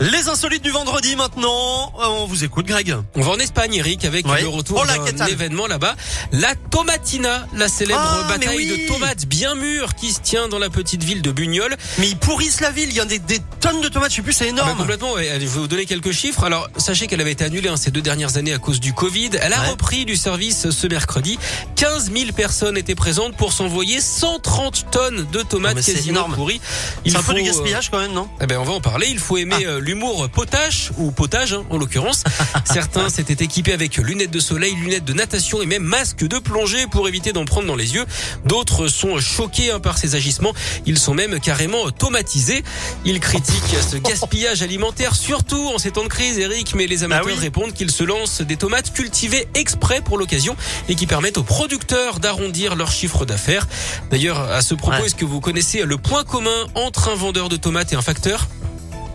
Les insolites du vendredi maintenant. Euh, On vous écoute, Greg. On va en Espagne, Eric, avec Ouais. le retour Oh là, qu'est-ce d'un que- événement là-bas. La Tomatina, la célèbre Ah, mais bataille oui. de tomates bien mûres qui se tient dans la petite ville de Bugnol. Mais ils pourrissent la ville. Il y a des, des tonnes de tomates. Je sais plus, c'est Ah bah, énorme. complètement, ouais. je vais vous donner quelques chiffres. Alors, sachez qu'elle avait été annulée hein, ces deux dernières années à cause du Covid. Elle a Ouais. repris du service ce mercredi. 15 000 personnes étaient présentes pour s'envoyer 130 tonnes de Non, Ah, mais tomates c'est quasiment énorme. pourries. c'est un faut, peu du euh, gaspillage quand même, non Eh ben on va en parler. Il faut aimer euh, l'humour potache ou potage hein, en l'occurrence. Certains s'étaient équipés avec lunettes de soleil, lunettes de natation et même masques de plongée pour éviter d'en prendre dans les yeux. D'autres sont choqués hein, par ces agissements. Ils sont même carrément tomatisés. Ils critiquent ce gaspillage alimentaire, surtout en ces temps de crise, Eric. Mais les amateurs oui. répondent qu'ils se lancent des tomates cultivées exprès pour l'occasion et qui permettent aux producteurs d'arrondir leur chiffre d'affaires. D'ailleurs, à ce propos, Ouais. est-ce que vous connaissez le point commun entre un vendeur de tomates et un facteur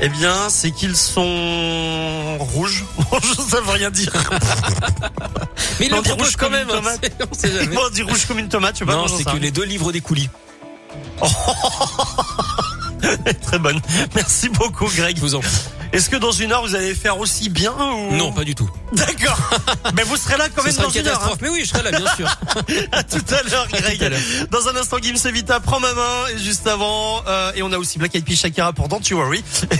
Eh bien, c'est qu'ils sont rouges. Bon, je ne veut rien dire. Mais il On le dit propose rouge quand comme même. une hein, tomate. c'est- on sait Ils jamais. m'ont dit rouge comme une tomate. Je sais pas Non, comment c'est ça. que les deux livres des coulis. Très bonne. Merci beaucoup, Greg. Je vous en prie. Est-ce que dans une heure vous allez faire aussi bien ou... Non, pas du tout. D'accord. Mais vous serez là quand Ce même sera dans une une heure. hein. catastrophe. Mais oui, je serai là, bien sûr. À tout à l'heure, Greg. à l'heure. Dans un instant, Gims Evita prend ma main et juste avant, euh, et on a aussi Black Eyed Peas Shakira pour Don't You Worry. Et